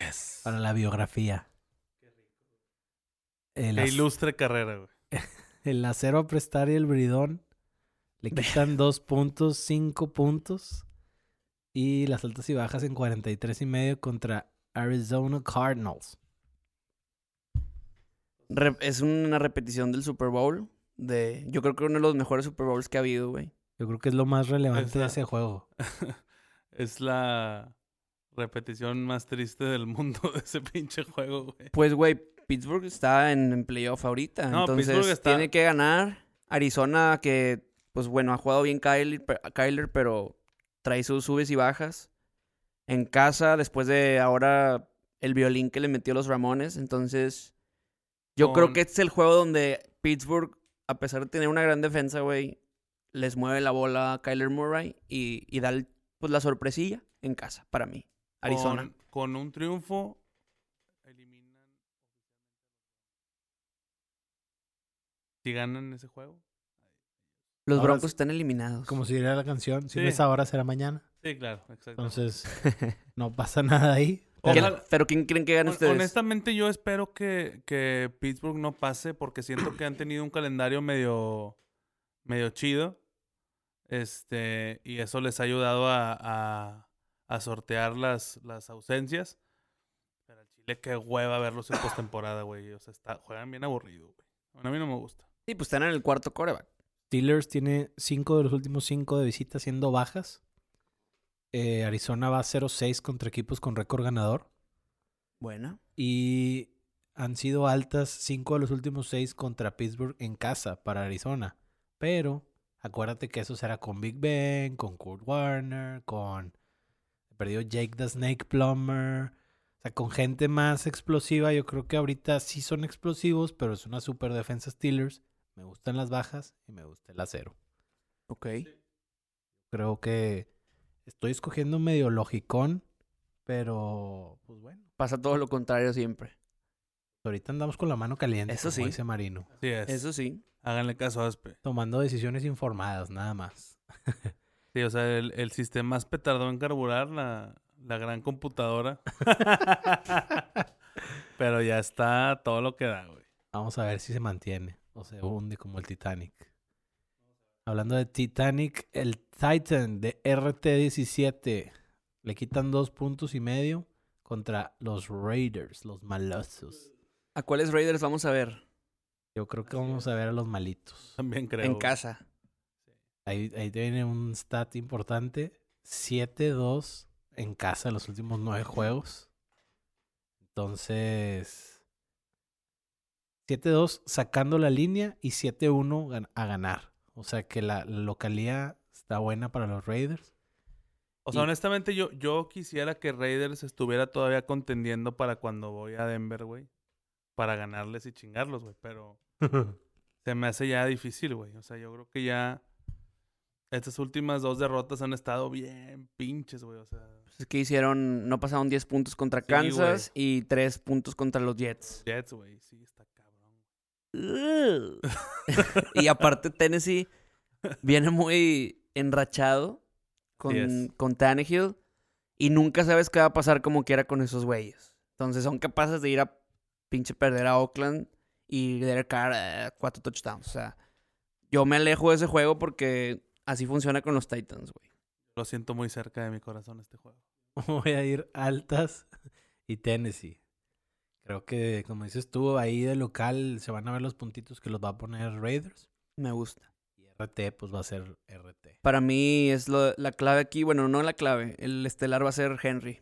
Yes.
Para la biografía. El,
La
ac-
ilustre carrera, güey.
el acero a prestar y el bridón le quitan dos puntos, cinco puntos. Y las altas y bajas en 43 y medio contra Arizona Cardinals.
Re- es una repetición del Super Bowl de yo creo que uno de los mejores Super Bowls que ha habido, güey.
Yo creo que es lo más relevante de
Esa-
ese juego.
Es la repetición más triste del mundo de ese pinche juego, güey.
Pues, güey, Pittsburgh está en, en playoff ahorita.
No, Pittsburgh
entonces,
está-
tiene que ganar. Arizona, que, pues bueno, ha jugado bien Kyler, pe- Kyler, pero trae sus subes y bajas. en casa después de ahora el violín que le metió los Ramones. Entonces, yo creo
Con-
que este es el juego donde Pittsburgh, a pesar de tener una gran defensa, güey, les mueve la bola a Kyler Murray y, y da el- pues, la sorpresilla en casa para mí. Arizona.
Con, con un triunfo, eliminan. Si ganan ese juego.
Los
Ahora
Broncos
sí-
están eliminados.
Como si diría la canción, si
Sí.
no es ahora será mañana.
Sí, claro, exacto.
Entonces, no pasa nada ahí.
¿Quién-
Ojalá-
pero ¿quién creen que gane
Hon-
ustedes?
Honestamente, yo espero que, que Pittsburgh no pase porque siento que han tenido un calendario medio, medio chido. Este, y eso les ha ayudado a, a- a sortear las, las ausencias. Pero al Chile, qué hueva verlos en postemporada, güey. O sea, está, juegan bien aburrido, güey. Bueno, a mí no me gusta.
Sí, pues están en el cuarto coreback.
Steelers tiene cinco de los últimos cinco de visita siendo bajas. Eh, Arizona va 0-6 contra equipos con récord ganador.
Bueno.
Y han sido altas cinco de los últimos seis contra Pittsburgh en casa para Arizona. Pero acuérdate que eso será con Big Ben, con Kurt Warner, con... Perdió Jake the Snake Plumber. O sea, con gente más explosiva. Yo creo que ahorita sí son explosivos, pero es una super defensa Steelers. Me gustan las bajas y me gusta el acero.
Ok.
Creo que estoy escogiendo medio logicón, pero pues bueno.
Pasa todo lo contrario siempre.
Ahorita andamos con la mano caliente,
Eso
como
sí.
dice Marino.
Así es.
Eso sí.
Háganle caso a Aspe.
Tomando decisiones informadas, nada más.
Sí, o sea, el, el sistema Aspe tardó en carburar la, la gran computadora. Pero ya está todo lo que da, güey.
Vamos a ver si se mantiene o se hunde como el Titanic. Hablando de Titanic, el Titan de RT17 le quitan dos puntos y medio contra los Raiders, los malosos.
¿A cuáles Raiders vamos a ver?
Yo creo que vamos a ver a los malitos.
También creo.
en
güey.
casa.
Ahí, ahí viene un stat importante. 7-2 en casa en los últimos nueve juegos. Entonces... 7-2 sacando la línea y 7-1 gan- a ganar. O sea que la la localía está buena para los Raiders.
O sea,
Y-
honestamente, yo, yo quisiera que Raiders estuviera todavía contendiendo para cuando voy a Denver, güey. Para ganarles y chingarlos, güey. Pero se me hace ya difícil, güey. O sea, yo creo que ya estas últimas dos derrotas han estado bien pinches, güey. O sea,
Pues es que hicieron, no pasaron 10 puntos contra
Sí, güey.
Kansas y 3 puntos contra los Jets.
Jets, güey. Sí, está cabrón.
Ugh. y aparte Tennessee viene muy enrachado con,
es.
con Tannehill y nunca sabes qué va a pasar como quiera con esos güeyes. Entonces son capaces de ir a pinche perder a Oakland y Derek Carr eh, cuatro touchdowns. O sea, yo me alejo de ese juego porque así funciona con los Titans, güey.
Lo siento muy cerca de mi corazón este juego.
Voy a ir altas y Tennessee. Creo que, como dices tú, ahí de local se van a ver los puntitos que los va a poner Raiders.
Me gusta.
Y RT, pues va a ser RT.
Para mí es lo- la clave aquí. Bueno, no la clave. El estelar va a ser Henry.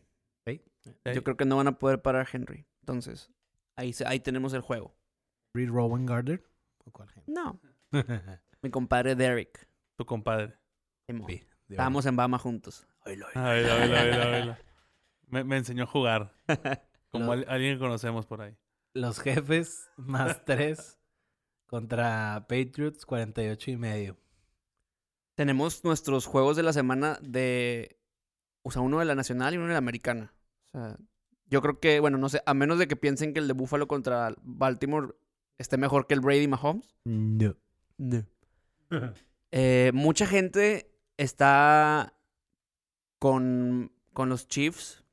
Yo creo que no van a poder parar a Henry. Entonces, ahí, se- ahí tenemos el juego.
Reed Rowan Gardner. ¿O cuál gente?
No.
Sí,
Mi compadre Derek.
Tu compadre.
Simón.
de
Estábamos en Bama juntos.
A ver, a ver, a ver, a ver. Me, me enseñó a jugar. Como
Lo-
al- alguien que conocemos por ahí.
verdad. Los jefes más tres contra Patriots 48 y medio.
Tenemos nuestros juegos de la semana de... O sea, uno de la nacional y uno de la americana. O sea, yo creo que, bueno, no sé. A menos de que piensen que el de Buffalo contra Baltimore esté mejor que el Brady Mahomes.
No.
Eh, mucha gente está con, con los Chiefs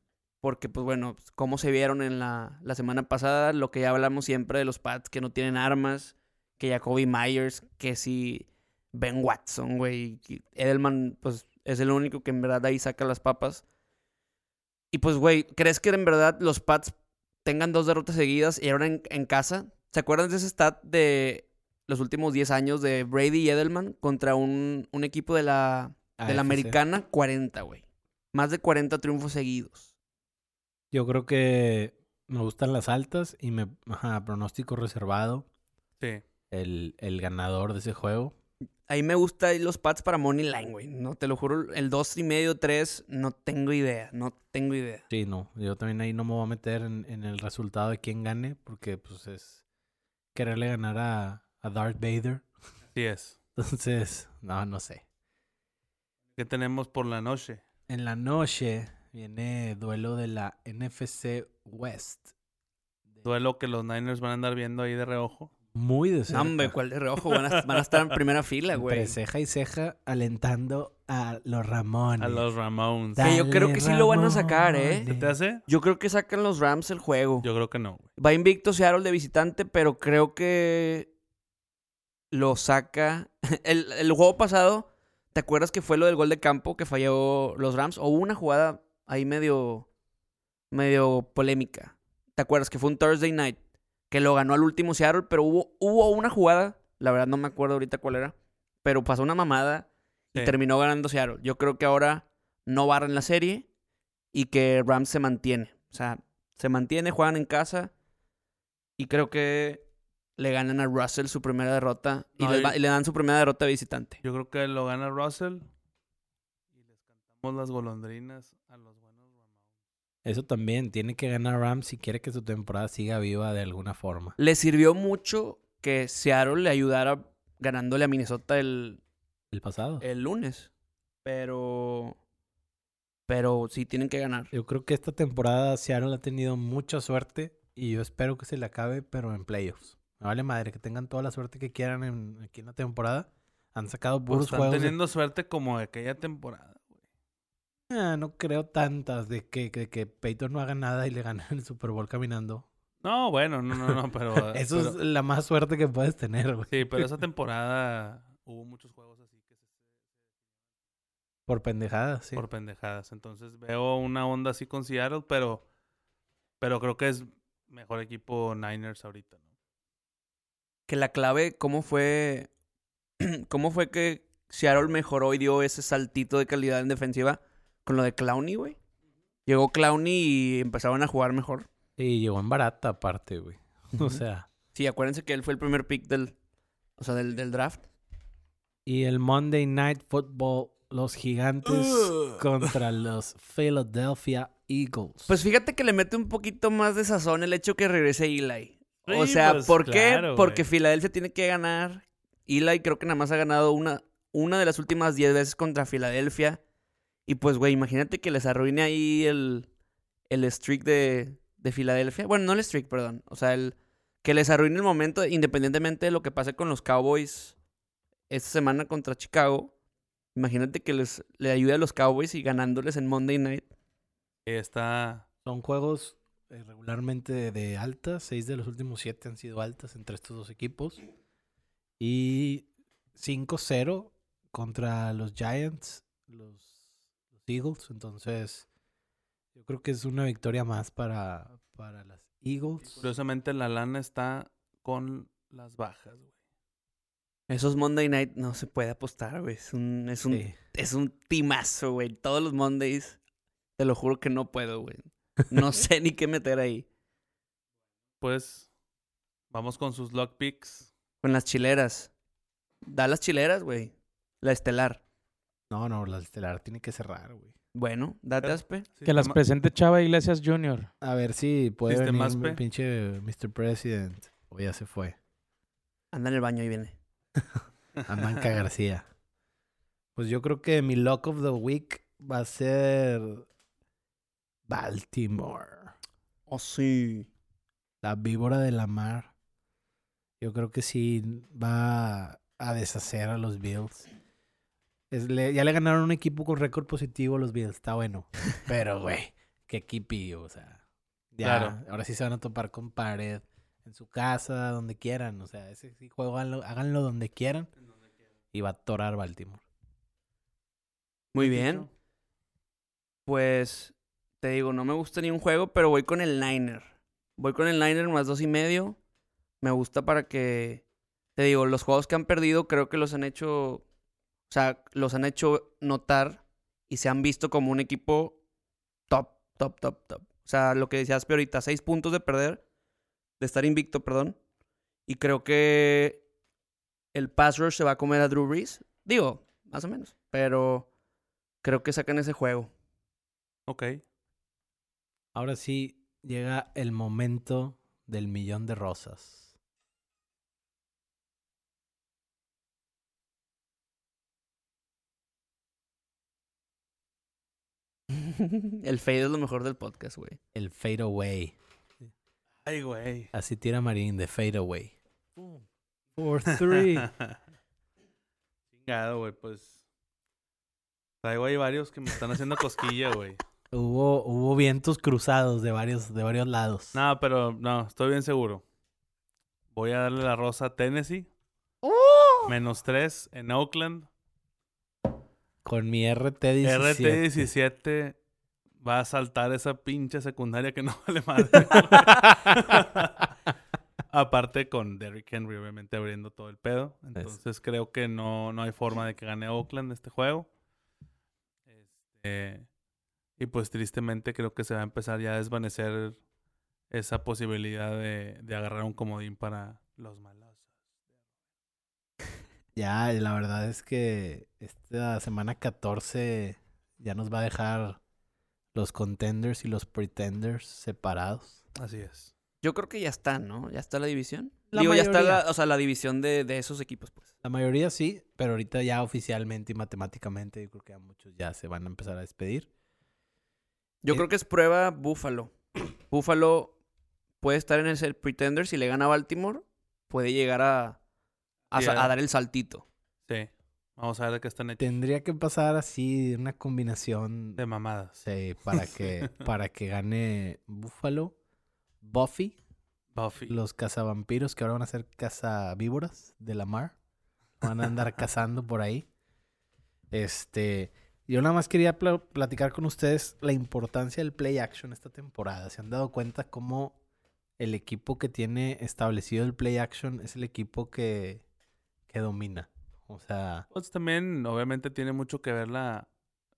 porque, pues bueno, pues, cómo se vieron en la, la semana pasada, lo que ya hablamos siempre de los Pats que no tienen armas, que Jacoby Myers, que si Ben Watson, güey, y Edelman, pues es el único que en verdad ahí saca las papas. Y pues, güey, ¿crees que en verdad los Pats tengan dos derrotas seguidas y ahora en, en casa? ¿Se acuerdan de ese stat de los últimos 10 años de Brady y Edelman contra un, un equipo de la,
Ah,
de la americana? 40, güey. Más de 40 triunfos seguidos.
Yo creo que me gustan las altas y me ajá, pronóstico reservado
Sí.
el, el ganador de ese juego.
Ahí me gusta los pads para Money Line, güey. No, te lo juro, el dos y medio, tres, no tengo idea. No tengo idea.
Sí, no. Yo también ahí no me voy a meter en, en el resultado de quién gane, porque pues es quererle ganar a, a Darth Vader.
Así es.
Entonces, no, no sé.
¿Qué tenemos por la noche?
En la noche viene duelo de la NFC West.
Duelo que los Niners van a andar viendo ahí de reojo.
Muy de
No,
cerca.
hombre, ¿cuál de reojo? Van a, van a estar en primera fila, güey.
Entre ceja y ceja alentando a los Ramones.
A los Ramones.
Que yo creo
Dale,
que sí lo van a sacar, ¿eh?
¿Se te hace?
Yo creo que sacan los Rams el juego.
Yo creo que no, güey.
Va invicto Seattle de visitante, pero creo que lo saca. El, el juego pasado, ¿te acuerdas que fue lo del gol de campo que falló los Rams? O hubo una jugada ahí medio, medio polémica. ¿Te acuerdas que fue un Thursday night? Que lo ganó al último Seattle, pero hubo, hubo una jugada, la verdad no me acuerdo ahorita cuál era, pero pasó una mamada y
Sí.
terminó ganando Seattle. Yo creo que ahora no barren la serie y que Rams se mantiene. O sea, se mantiene, juegan en casa y creo que le ganan a Russell su primera derrota y,
No,
les
y-
va- y le dan su primera derrota de visitante.
Yo creo que lo gana Russell. Y les cantamos las golondrinas a los buenos Ramones.
Eso también. Tiene que ganar Rams si quiere que su temporada siga viva de alguna forma.
Le sirvió mucho que Seattle le ayudara ganándole a Minnesota el,
El pasado.
el lunes. Pero. Pero sí tienen que ganar.
Yo creo que esta temporada Seattle ha tenido mucha suerte y yo espero que se le acabe, pero en playoffs. Me vale madre que tengan toda la suerte que quieran en, aquí en la temporada. Han sacado
Pues
puros
están
juegos. de-
teniendo suerte como de aquella temporada.
Ah, no creo tantas de que, que, que Peyton no haga nada y le ganen el Super Bowl caminando.
No, bueno, no, no, no, pero...
Eso es
Ah, pero-
la más suerte que puedes tener, güey.
Sí, pero esa temporada hubo muchos juegos así que se...
Por pendejadas, sí.
por pendejadas. Entonces veo una onda así con Seattle, pero, pero creo que es mejor equipo Niners ahorita, ¿no?
Que la clave, ¿cómo fue. ¿Cómo fue que Seattle mejoró y dio ese saltito de calidad en defensiva con lo de Clowney, güey? Llegó Clowney y empezaron a jugar mejor.
Y llegó en barata aparte, güey. O
Ujú.
sea,
Sí, acuérdense que él fue el primer pick del. O sea, del, del draft.
y el Monday Night Football, los gigantes
Ugh.
contra los Philadelphia Eagles.
Pues fíjate que le mete un poquito más de sazón el hecho que regrese Eli. O
Sí,
sea,
pues,
¿por qué?
claro, güey.
Porque Filadelfia tiene que ganar. Eli creo que nada más ha ganado una, una de las últimas 10 veces contra Filadelfia. Y pues, güey, imagínate que les arruine ahí el, el streak de, de Filadelfia. Bueno, no el streak, perdón. O sea, el que les arruine el momento, independientemente de lo que pase con los Cowboys esta semana contra Chicago. Imagínate que les, le ayude a los Cowboys y ganándoles en Monday Night.
Sí, Está...
Son juegos eh, regularmente de, de altas. Seis de los últimos siete han sido altas entre estos dos equipos. Y 5-0 contra los Giants, los, los Eagles. Entonces, yo creo que es una victoria más para, para las Eagles.
Curiosamente la lana está con las bajas, güey.
Esos Monday Night no se puede apostar, güey. Es un, es un,
Sí.
es un timazo, güey. Todos los Mondays, te lo juro que no puedo, güey. No sé ni qué meter ahí.
Pues vamos con sus lock picks.
Con las chileras. Da las chileras, güey. La estelar.
No, no, la estelar tiene que cerrar, güey.
Bueno, date
Eh,
aspe.
Que las
Sistema-
presente Chava Iglesias Jr.
A ver si puede venir
Sistemas
el
P.
pinche Mr. President. O ya se fue.
Anda en el baño y viene.
Amanca García. Pues yo creo que mi lock of the week va a ser Baltimore.
Oh, sí.
La víbora de la mar. Yo creo que sí va a deshacer a los Bills. Es- le- ya le ganaron un equipo con récord positivo a los Bills. Está bueno. Pero, güey, qué equipillo. O sea, ya,
Claro.
ahora sí se van a topar con pared. En su casa, donde quieran. O sea, ese sí, juego háganlo, háganlo donde quieran. Y va a torar Baltimore.
Muy bien.
dicho.
Pues te digo, no me gusta ni un juego, pero voy con el Niner. Voy con el Niner más dos y medio. Me gusta para que. Te digo, los juegos que han perdido creo que los han hecho. O sea, los han hecho notar y se han visto como un equipo top, top, top, top. O sea, lo que decías pero ahorita, seis puntos de perder, de estar invicto, perdón. Y creo que el pass rush se va a comer a Drew Brees. Digo, más o menos. Pero creo que sacan ese juego.
Ok.
Ahora sí llega el momento del millón de rosas.
el fade es lo mejor del podcast, güey.
El fade away.
Ay, güey.
Así tira Marín de fade away. Four three.
Chingado, güey, pues. Traigo ahí varios que me están haciendo cosquilla, güey.
hubo, hubo vientos cruzados de varios, de varios lados.
No, pero no, estoy bien seguro. Voy a darle la rosa a Tennessee. Menos 3 en Oakland.
Con mi RT17.
RT17 va a saltar esa pinche secundaria que no vale madre. Aparte con Derrick Henry, obviamente abriendo todo el pedo. Entonces creo que no, no hay forma de que gane Oakland este juego. Este, y pues tristemente creo que se va a empezar ya a desvanecer esa posibilidad de, de agarrar un comodín para los malos.
Ya, la verdad es que esta semana 14 ya nos va a dejar los contenders y los pretenders separados.
Así es.
Yo creo que ya está, ¿no? Ya está la división.
La
Digo, ya está
mayoría.
la, o sea, la división de, de esos equipos, pues.
La mayoría sí, pero ahorita ya oficialmente y matemáticamente yo creo que ya muchos ya se van a empezar a despedir.
Yo
Eh,
creo que es prueba Buffalo. Buffalo puede estar en el ser- Pretender. Si le gana a Baltimore, puede llegar a, a,
Sí,
sa-
a-
a dar el saltito.
Sí. Vamos a ver de qué están hechos.
Tendría que pasar así una combinación
Em,
De mamadas.
sí, para que para que gane Buffalo, Buffy,
Buffy.
los cazavampiros que ahora van a ser cazavíboras de la mar. Van a andar cazando por ahí. Este, yo nada más quería pla- platicar con ustedes la importancia del play action esta temporada. ¿Se han dado cuenta cómo el equipo que tiene establecido el play action es el equipo que, que domina? O sea,
Pues también, obviamente, tiene mucho que ver la,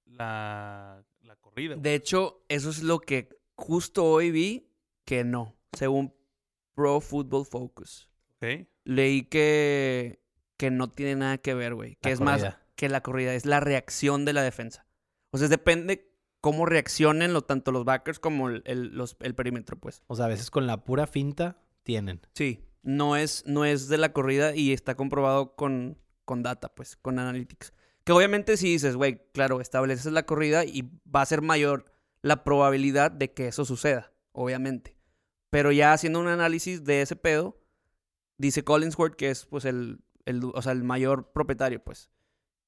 la, la corrida. güey.
De hecho, eso es lo que justo hoy vi que no, según Pro Football Focus.
Ok.
Leí que, que no tiene nada que ver, güey. Que
La
es más
corrida.
que la corrida, es la reacción de la defensa. O sea, depende cómo reaccionen lo, tanto los backers como el, el- los- el perímetro, pues.
o sea, a veces con la pura finta tienen.
Sí. No es, no es de la corrida y está comprobado con, con data, pues, con analytics. Que obviamente si dices, güey, claro, estableces la corrida y va a ser mayor la probabilidad de que eso suceda, obviamente. Pero ya haciendo un análisis de ese pedo, dice Collinsworth que es, pues, el, el du- o sea, el mayor propietario, pues,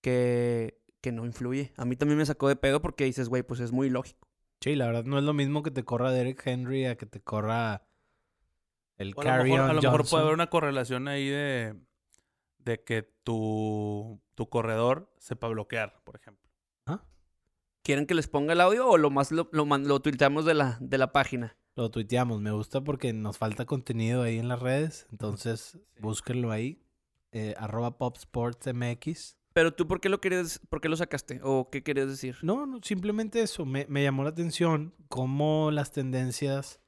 que, que no influye. A mí también me sacó de pedo porque dices, güey, pues es muy lógico.
Sí, la verdad no es lo mismo que te corra Derek Henry a que te corra el
O A lo,
Carry
mejor, a lo mejor puede haber una correlación ahí de, de que tu, tu corredor sepa bloquear, por ejemplo.
¿Quieren que les ponga el audio o lo más lo, lo, man- lo tuiteamos de la, de la página?
Lo tuiteamos, me gusta porque nos falta contenido ahí en las redes, entonces búsquenlo ahí, eh, arroba popsportsmx.
Pero tú, ¿por qué lo querías, por qué lo sacaste? ¿O qué querías decir?
No, no, simplemente eso, me, me llamó la atención cómo las tendencias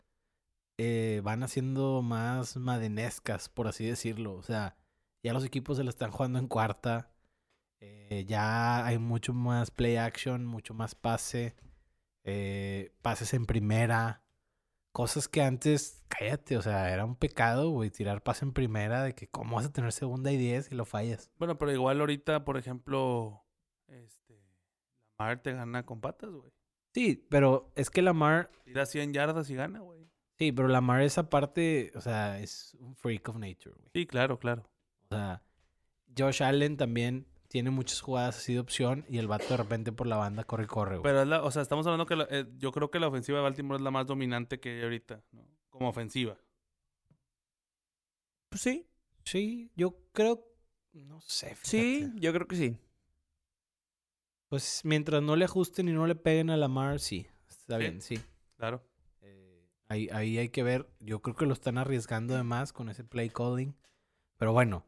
eh, van haciendo más madenescas, por así decirlo. O sea, ya los equipos se la están jugando en cuarta, eh, ya hay mucho más play action, mucho más pase, eh, pases en primera, cosas que antes, cállate, o sea, era un pecado, güey, tirar pase en primera, de que cómo vas a tener segunda y diez y lo fallas.
Bueno, pero igual ahorita, por ejemplo, este, Lamar te gana con patas, güey.
Sí, pero es que Lamar
Tira 100 yardas y gana, güey.
Sí, pero Lamar esa parte, o sea, es un freak of nature, güey.
Sí, claro, claro.
O sea, Josh Allen también tiene muchas jugadas así de opción y el vato de repente por la banda corre y corre, güey.
Pero, es la- o sea, estamos hablando que la- eh, yo creo que la ofensiva de Baltimore es la más dominante que hay ahorita, ¿no? Como ofensiva.
Pues sí.
Sí, yo creo, no sé.
Sí,
fíjate.
yo creo que sí.
Pues mientras no le ajusten y no le peguen a Lamar, sí. Está
Sí.
bien, sí.
Claro.
Eh, ahí, ahí hay que ver. Yo creo que lo están arriesgando de más con ese play calling. Pero bueno,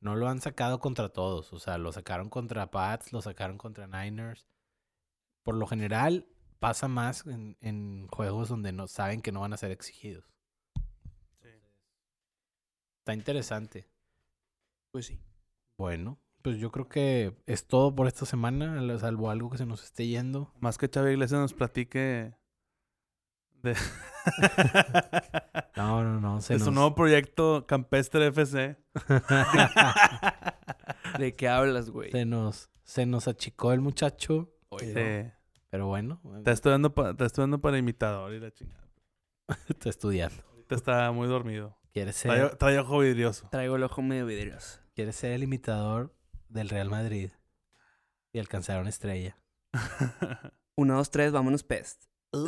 no lo han sacado contra todos. O sea, lo sacaron contra Pats, lo sacaron contra Niners. Por lo general, pasa más en, en juegos donde no saben que no van a ser exigidos.
Sí.
Está interesante.
Pues sí.
Bueno, pues yo creo que es todo por esta semana, al- salvo algo que se nos esté yendo.
Más que Chava Iglesias nos platique de,
No, no, no. Se
de su
nos-
nuevo proyecto Campestre FC.
¿De qué hablas, güey?
Se nos, se nos achicó el muchacho.
Sí.
Oye,
Te
Pero bueno,
estoy dando pa- Eh, te estoy dando para imitador y la chingada.
está estudiando.
Ahorita está muy dormido.
Quiere ser,
Trae, trae ojo vidrioso.
Traigo el ojo medio vidrioso.
quiere ser el imitador del Real Madrid y alcanzar una estrella.
Uno, dos, tres, vámonos, pest.
Uy.